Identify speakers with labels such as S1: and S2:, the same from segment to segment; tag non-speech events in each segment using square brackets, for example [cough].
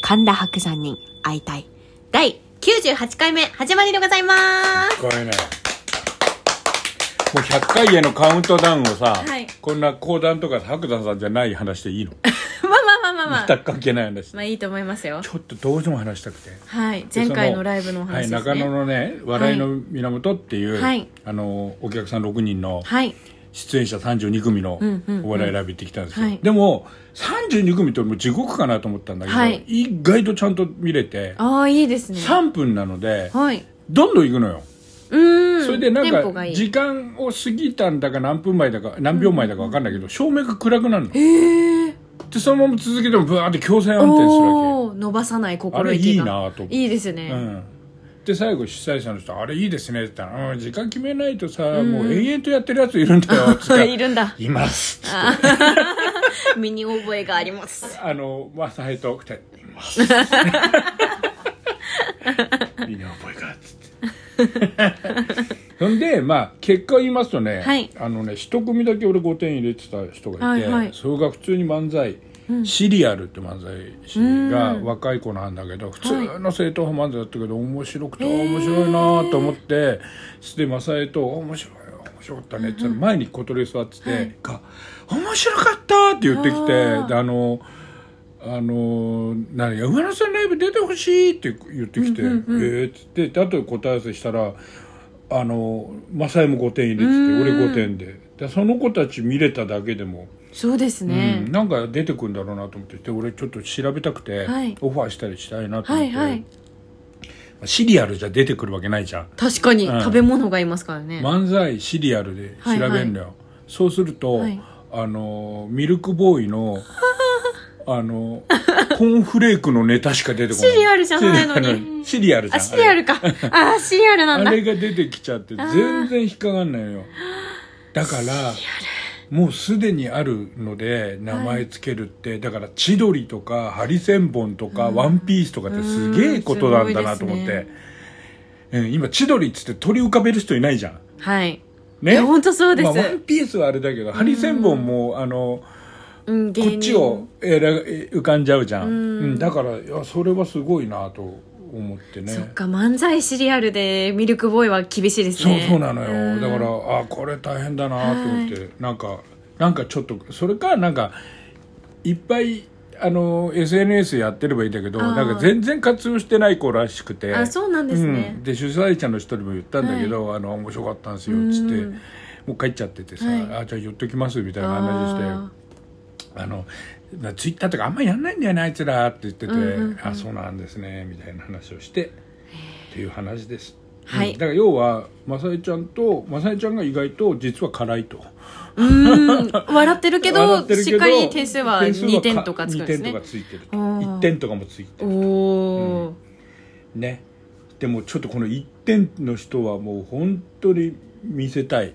S1: 神田伯山に会いたい。第98回目、始まりでございます。
S2: これねもう100回へのカウントダウンをさ、
S1: はい
S2: こんな講談とか白山さんじゃない話でいいの
S1: まあまあまあまあま
S2: 全
S1: あ。
S2: く関係ない話
S1: まあいいと思いますよ。
S2: ちょっとどうしても話したくて
S1: はい。
S2: で
S1: 前回
S2: そ
S1: のライブのお話です
S2: はい、中野
S1: ね。
S2: のね笑いの源っていう、
S1: はい
S2: あのお客さん6人の
S1: はい。
S2: 出演者32組の
S1: うんうんうん
S2: お笑いライブ行ってきたんですよ、
S1: はい
S2: でも32組ってもう地獄かなと思ったんだけど、
S1: はい
S2: 意外とちゃんと見れて
S1: ああ、いいですね。
S2: 3分なので
S1: はい。
S2: どんどん行くのよ
S1: うーん。
S2: それでな
S1: テンポ
S2: ん
S1: が
S2: か
S1: いい。
S2: 時間を過ぎたんだか何分前だか何秒前だか分かんないけど照明が暗くなるの
S1: へえ。
S2: でそのまま続けてもブワーって強制安定するわ
S1: おー伸ばさない
S2: けあ
S1: 心
S2: れ
S1: 意気
S2: いい
S1: が。
S2: なと思って
S1: いいですね。
S2: うんで最後主催者の人「あれいいですね」って言ったらうん「時間決めないとさ、
S1: ん
S2: もう永遠とやってるやついるんだよ」って言ったら
S1: [laughs] いるんだ。
S2: います」っつって
S1: 身に覚えがあります。
S2: あのマサヘと二人「います」 [laughs] いいね覚えが」っつってそんでまあ結果を言いますとね、
S1: はい
S2: あのね一組だけ俺5点入れてた人がいて、
S1: はいはい
S2: それが普通に漫才、シリアルって漫才師が
S1: うん
S2: 若い子なんだけど普通の正統派漫才だったけど面白くて面白いなと思ってでマサエと「面白い面白かったね」って言ったら前に小鳥座ってて
S1: はい
S2: 「が面白かった!」って言ってきて
S1: あー
S2: であのあのー何や上野さんライブ出てほしいって言ってきて「
S1: うんうんうん
S2: ええっつってであと答え合わせしたらあのマサイも5点入れてて
S1: うん
S2: 俺5点ででその子たち見れただけでも、
S1: そうですね
S2: うん、。なんか出てくるんだろうなと思ってで俺ちょっと調べたくて、
S1: はい
S2: オファーしたりしたいなと
S1: は
S2: 思っ
S1: い
S2: て、
S1: はい。
S2: シリアルじゃ出てくるわけないじゃん
S1: 確かに、
S2: うん
S1: 食べ物がいますからね。
S2: 漫才シリアルで調べるのよ、そうすると、
S1: はい
S2: あのミルクボー
S1: [laughs]
S2: イのあのコーンフレークのネタしか出てこない
S1: シリアルじゃないのに
S2: シリアルじゃ
S1: あ、
S2: ん
S1: シリアルか。あー、シリアルな
S2: あ
S1: ん
S2: れ
S1: だ
S2: あ。れが出てきちゃって全然引っかかんないのよだからもうすでにあるので名前つけるって、だから千鳥とかハリセンボンとか、ワンピースとかってすげえことなんだなと思って、
S1: うんすごいで
S2: うん今千鳥っつって鳥浮かべる人いないじゃん
S1: はい。い
S2: ね
S1: や、本当そうです。
S2: まあ、ワンピースはあれだけど、ハリセンボンも、あの、
S1: うん、芸
S2: こ
S1: 人。
S2: っちを選浮かんじゃうじゃ
S1: う
S2: ん。うんん、だから、いや、それはすごいなと思ってね。
S1: そっか、漫才シリアルでミルクボーイは厳しいです
S2: そう
S1: ね。
S2: そうなのよ。
S1: ん
S2: だから、あ、これ大変だなと思って、なんか、なんかちょっと、それか、なんか、いっぱい、あの、SNS やってればいいんだけど、
S1: あー
S2: なんか全然活用してない子らしくて。
S1: あ、そうなんですね
S2: うん、。で主催者の人にも言ったんだけど「あの面白かったんですよ」っつって
S1: うん
S2: もう帰っちゃっててさ「
S1: はい
S2: あじゃあ言っときます」みたいな話して
S1: あ
S2: あの、まあ、ツイッターとかあんまりやんないんだよねあいつらって言ってて「
S1: うんうんうん
S2: あそうなんですね」みたいな話をしてっていう話です、
S1: はい
S2: うんだから要はまさえちゃんとまさえちゃんが意外と実は辛いと
S1: ーうん。笑ってるけ
S2: 笑
S1: ど、
S2: ってるけ
S1: し
S2: ど
S1: っかり点数は2点
S2: か
S1: とかつくんです
S2: 2
S1: ね
S2: 点とか。ついてる
S1: あー
S2: 1点とかもついて
S1: お
S2: る
S1: おー。
S2: ねでもちょっとこの1点の人はもう本当に見せたい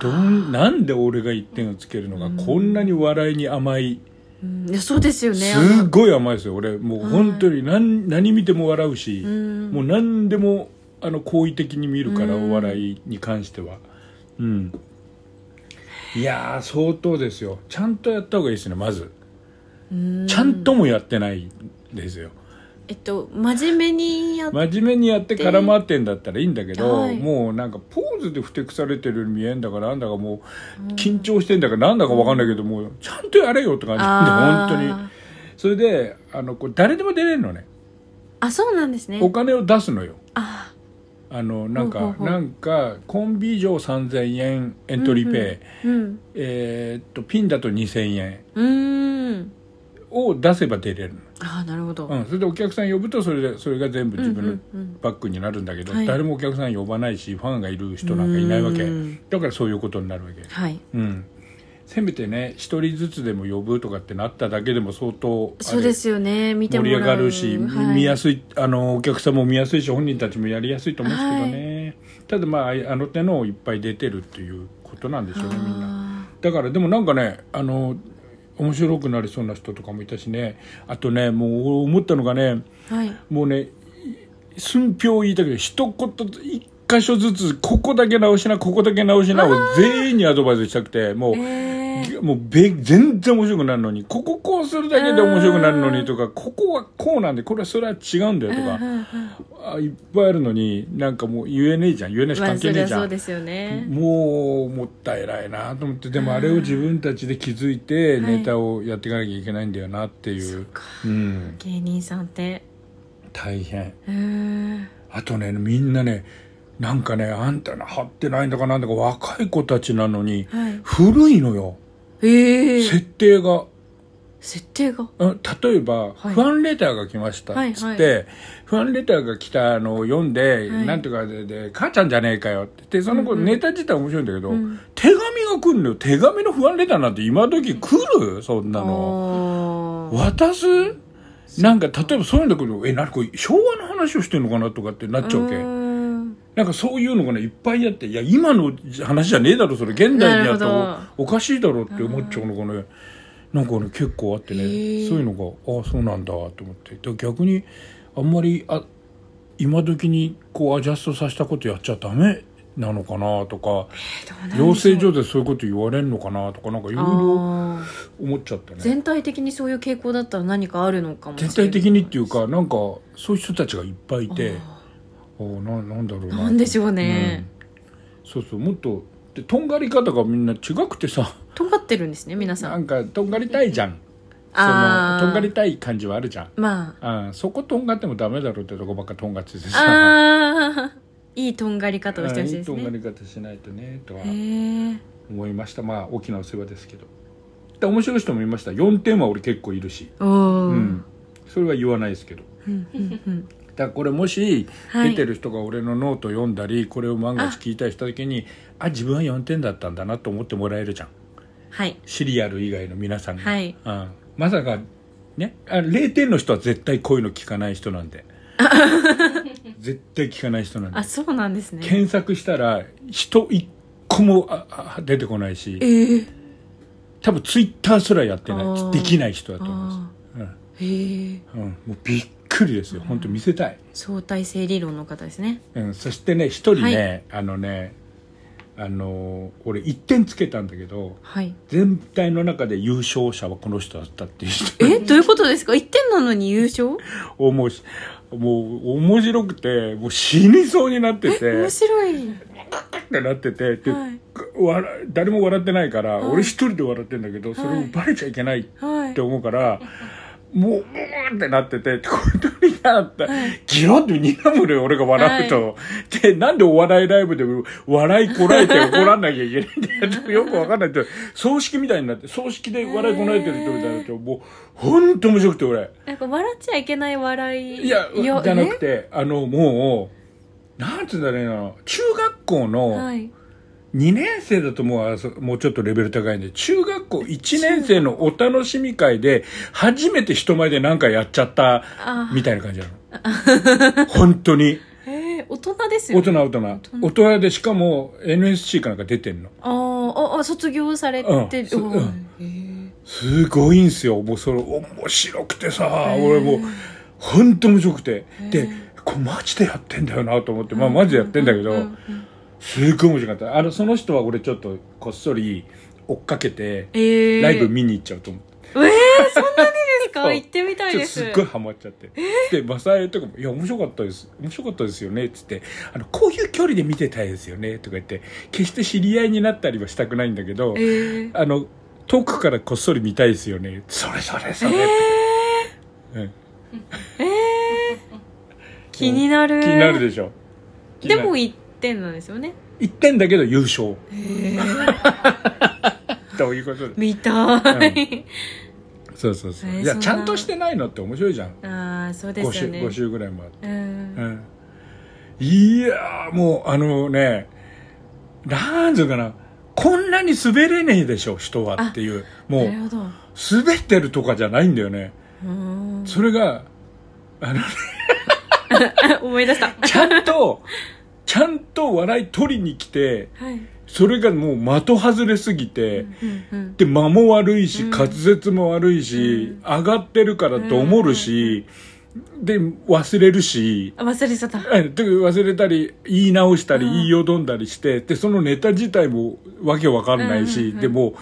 S2: どんなんで俺が1点をつけるのがこんなに笑いに甘い、
S1: うんいや、そうですよね。あ
S2: すっ
S1: の
S2: ごい甘いですよ俺もう本当に何,、何見ても笑うし、
S1: ん
S2: もう何でもあの好意的に見るから、お笑いに関してはうんいやー相当ですよちゃんとやった方がいいですねまずちゃんともやってないですよ
S1: えっと、真面目にやっ
S2: 真面目にやって絡まってんだったらいいんだけど、
S1: はい
S2: もうなんかポーズでふてくされてるように見えんだかなんだかもう緊張してんだかなんだかわかんないけど、もうちゃんとやれよって感じなんで
S1: あー
S2: 本当にそれであのこう誰でも出れるのね
S1: あ、そうなんですね。
S2: お金を出すのよ
S1: あ
S2: あのなんか
S1: ほうほうほう
S2: なんかコンビ以上3000円エントリーペイ、
S1: ーうん。
S2: えーっとピンだと2000円
S1: うーん。
S2: を出せば出れるの
S1: ああ、なるほど。
S2: うん、それでお客さん呼ぶとそれでそれが全部自分
S1: うんうんう
S2: のバッグになるんだけど、
S1: はい
S2: 誰もお客さん呼ばないしファンがいる人なんかいないわけ
S1: うん
S2: だからそういうことになるわけ、
S1: はい。
S2: うん、せめてね一人ずつでも呼ぶとかってなっただけでも相当あれ
S1: そうですよね。見て
S2: 盛
S1: も
S2: り
S1: らう
S2: 上がるし、
S1: はい、
S2: 見や
S1: す
S2: すいあのお客さんも見やすいし本人たちもやりやすいと思うんですけどね、ただまあああの手のをいっぱい出てるっていうことなんでしょうねみんな。だからでもなんかねあの面白くなりそうな人とかもいたしねあとねもう思ったのがね
S1: はい。
S2: もうねい寸評言いたけど一言一箇所ずつここだけ直しなここだけ直しなを全員にアドバイスしたくてもう、
S1: えーね
S2: もうべ全然面白くなるのにこここうするだけで面白くなるのにとかここはこうなんでこれはそれは違うんだよと
S1: うんう
S2: か
S1: んうん
S2: あいっぱいあるのになんかもう言えねえじゃん言えないし
S1: ま
S2: 関
S1: あそ
S2: 係ね
S1: り
S2: え
S1: ゃ
S2: じゃん、
S1: そうですよね
S2: もうもったいないなと思ってでもあれを自分たちで気づいて
S1: はい
S2: ネタをやっていかなきゃいけないんだよなっていう、うん、
S1: 芸人さんって
S2: 大変
S1: うーん
S2: あとねみんなねなんかねあんたの張ってないんだかなんだか若い子たちなのに
S1: はい
S2: 古いのよ
S1: ええ
S2: 設定が。
S1: 設定が
S2: うん例え
S1: は
S2: ば、
S1: い
S2: ファンレターが来ました
S1: はい
S2: っつって、ファンレターが来たのを読んで、
S1: はい
S2: なんとかでで「母ちゃんじゃねえかよ」って言ってその子、
S1: うんうん
S2: ネタ自体面白いんだけど、
S1: うん
S2: 手紙が来るのよ手紙のファンレターなんて今時来るそんな
S1: の
S2: の渡すなんか例えばそういうんだけど「えなんかこれ昭和の話をしてんのかな?」とかってなっちゃうわけ、なんかそういうのがねいっぱいあっていや今の話じゃねえだろそれ現代にやった
S1: なる
S2: らおおかしいだろって思っちゃうのがねなんかね結構あってね
S1: へえ
S2: そういうのがああそうなんだと思ってだから逆にあんまりあ今時にこうアジャストさせたことやっちゃダメなのかなとか養成所
S1: で
S2: でそういうこと言われるのかなとかなんかいろいろ
S1: あー
S2: 思っちゃったね
S1: 全体的にそういう傾向だったら何かあるのかもしれ
S2: 全
S1: ない
S2: 体的にっていうかなんかそういう人たちがいっぱいいて。
S1: あ
S2: おななんだろうな
S1: なんでしょうね、
S2: うんそうそうもっとでとんがり方がみんな違くてさ
S1: ーとんがってるんですね皆さん
S2: なんかとんがりたいじゃんそ
S1: あ
S2: の
S1: ー
S2: とんがりたい感じはあるじゃん [laughs]
S1: まあ
S2: あーそことんがってもダメだろうってとこばっかとんがっててさ
S1: あーいいとんがり方をして
S2: う
S1: ほ
S2: ん
S1: しいで
S2: いい
S1: す
S2: [laughs] とんが
S1: ね
S2: り方しないとねとは
S1: へー
S2: 思いましたまあ大きなお世話ですけどで面白い人もいました4点は俺結構いるし、
S1: おー
S2: う
S1: うんん、
S2: それは言わないですけど
S1: うんうん
S2: だからこれもし
S1: はい
S2: 出てる人が俺のノート読んだり、これを万が一聞いたりした時にあ自分は4点だったんだなと思ってもらえるじゃん
S1: はい
S2: シリアル以外の皆さんが、
S1: はい
S2: うんまさかねあ0点の人は絶対こういうの聞かない人な
S1: [laughs]
S2: んで絶対聞かない人なんで
S1: あそうなんですね
S2: 検索したら人一個もああ出てこないし
S1: えー
S2: 多分ツイッターすらやってな
S1: あー
S2: いできない人だと思いま
S1: あ
S2: す、うん
S1: ーへえ
S2: うん、もうびっくりですよ本当見せたい
S1: 相対性理論の方ですね
S2: うん、そしてね一人ね、あのねあのー俺1点つけたんだけど
S1: はい
S2: 全体の中で優勝者はこの人だったっていう人
S1: えどういうことですか1点なのに優勝
S2: をもうもう面白くてもう死にそうになってて
S1: 面白い
S2: ってなっててで、
S1: はい
S2: 笑誰も笑ってないから、
S1: はい
S2: 俺一人で笑ってんだけどそれ
S1: は
S2: も
S1: い
S2: バレちゃいけないっ
S1: はい
S2: て思うから、もううーってなっててこれになったギロッとにらむのよ俺が笑うと、でなんでお笑いライブで笑いこらえて怒らなきゃいけない
S1: [laughs]
S2: んだよよくわかんないって葬式みたいになって葬式で笑いこらえてる人みたいになってもうほんと面白くて俺。
S1: なんか笑っちゃいけない笑い
S2: いや、じ
S1: よ
S2: ゃなく
S1: え
S2: て、あの、もう、なんつうんだろうな、中学校
S1: は
S2: の
S1: い
S2: 2年生だともう、あそもうちょっとレベル高いんで、中学校1年生のお楽しみ会で、初めて人前で何かやっちゃった、
S1: あ
S2: みたいな感じな
S1: [laughs]
S2: の。本当に。
S1: へえ大人ですよね
S2: 大人大人。大人で、しかも NSC かなんか出てんの。
S1: あーああ卒業されてる、
S2: うんそうん
S1: おーへ
S2: すごいんすよ。もうそれ面白くてさ、
S1: へー
S2: 俺もう、本当面白くて。
S1: へ
S2: で
S1: ー、
S2: これマジでやってんだよなと思って、
S1: え
S2: まあマジでやってんだけど、
S1: ううんうん
S2: すっごい面白かったあのその人は俺ちょっとこっそり追っかけて
S1: ええ
S2: ライブ見に行っちゃうと思って、
S1: ええそんなにです
S2: そ
S1: か
S2: う
S1: 行ってみたい
S2: ちょっ
S1: で
S2: と
S1: す
S2: すっごいハマっちゃって、でマサエとかも「いや面白かったです面白かったですよね」っつってあの「こういう距離で見てたいですよね」とか言って決して知り合いになったりはしたくないんだけど、
S1: ええ
S2: あの遠くからこっそり見たいですよねそれそれそれ、うん
S1: ええ気になる
S2: 気になるでしょ
S1: でも
S2: 気になる
S1: 1点なんですよね
S2: 一点だけど優勝
S1: ええ
S2: ということで
S1: 見たい、
S2: そうそうそう、
S1: えー
S2: いや
S1: そう
S2: ち
S1: な
S2: ゃ
S1: んだ
S2: んとしてないのって面白いじゃん
S1: ああそうで
S2: 5
S1: す
S2: 週
S1: よね
S2: 5週ぐらいもあって
S1: うん
S2: うんいやーもうあのねなんていうかなこんなに滑れねえでしょ人はっていうも
S1: な
S2: う
S1: るほどう
S2: 滑ってるとかじゃないんだよね
S1: ーん [laughs]
S2: それが
S1: 思い出した
S2: ちゃんとちゃんと笑い取りに来て
S1: はい、
S2: それがもう的外れすぎて、
S1: うんうん、
S2: で間も悪いし、
S1: うん
S2: 滑舌も悪いし、上がってるからと思るし、で忘れるし
S1: あ忘れちゃった
S2: えと忘れたり言い直したり
S1: うん
S2: 言いよどんだりしてでそのネタ自体もわけわかんないし、
S1: うんうんうん
S2: でも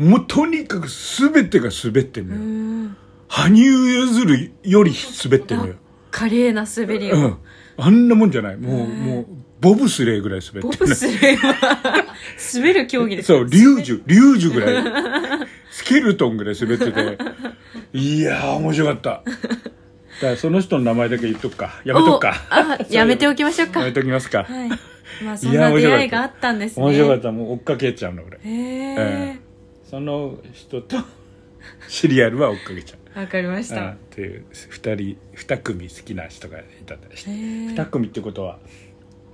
S2: うもうとにかく全てが滑ってるのよ、
S1: うん
S2: 羽生結弦より滑ってるのよ、
S1: 華麗な滑りを、
S2: うん、あんなもんじゃないもうもうボブスレーぐらい滑
S1: ボ
S2: って
S1: ブ
S2: る
S1: スレーは滑る競技です
S2: そうリュージュリュージュぐらい [laughs] スケルトンぐらい滑ってていやー面白かっただからその人の名前だけ言っとくかやめとくか [laughs]
S1: おあやめておきましょうか
S2: やめときますか、
S1: はいまあそ
S2: い
S1: ん
S2: や
S1: な
S2: 面
S1: 出
S2: 白かった
S1: 会いがあったんですね
S2: 面白かったたもう追っかけちゃうの
S1: へ
S2: 俺
S1: え
S2: えその人 [laughs] とシリアルは追っかけちゃう
S1: わかりまし
S2: うん、ったていう2人二組好きな人がいたんだして
S1: へー
S2: 2組ってことは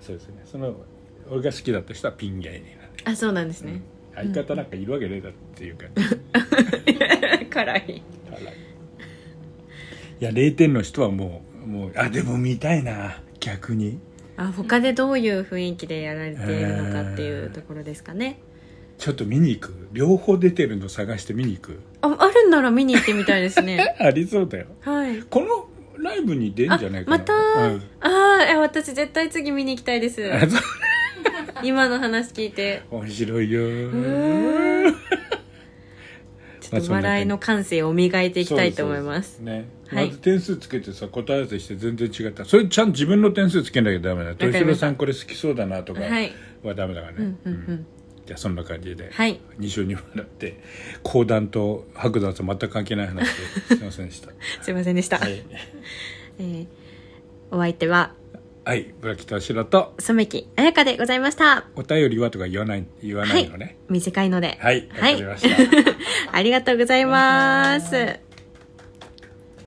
S2: そうですねその俺が好きだった人はピン芸人なんで
S1: あそうなんですね
S2: [laughs] 相方なんかいるわけねえだっていうか、
S1: 辛い
S2: あらいや0点の人はもうもうあでも見たいな逆に
S1: あ他でどういう雰囲気でやられているのかっていうところですかね
S2: ちょっと見に行く両方出てるの探して見に行く
S1: ああるんなら見に行ってみたいです
S2: [laughs]
S1: ね
S2: ありそうだよ
S1: はい
S2: このライブに出んじゃないかな
S1: あまた
S2: うん
S1: ああ私絶対次見に行きたいです
S2: あ [laughs] そう
S1: 今の話聞いて
S2: 面白いよ
S1: うー
S2: [laughs]
S1: んちょっ
S2: まあそん
S1: と
S2: な
S1: 笑いの感性を磨いていきたいと思います
S2: そうそうそうね、
S1: はい
S2: まず点数つけてさ答え合わせして全然違ったそれちゃんと自分の点数つけなきゃダメ
S1: かりま
S2: だ
S1: した
S2: 豊城さんこれ好きそうだなとか
S1: はい
S2: はダメだからね、
S1: うんうんうん
S2: じゃあそんな感じで、
S1: はい
S2: 2週にもなって講談と白山と全く関係ない
S1: [laughs]
S2: 話ですいませんでした
S1: すいませんでした、
S2: はい、
S1: えーお相手は
S2: はい、村木と白と
S1: 染木彩香でございました
S2: お便りはとか言わない言わないのね
S1: 短いので [laughs]
S2: はい、わかりました、
S1: ありがとうございます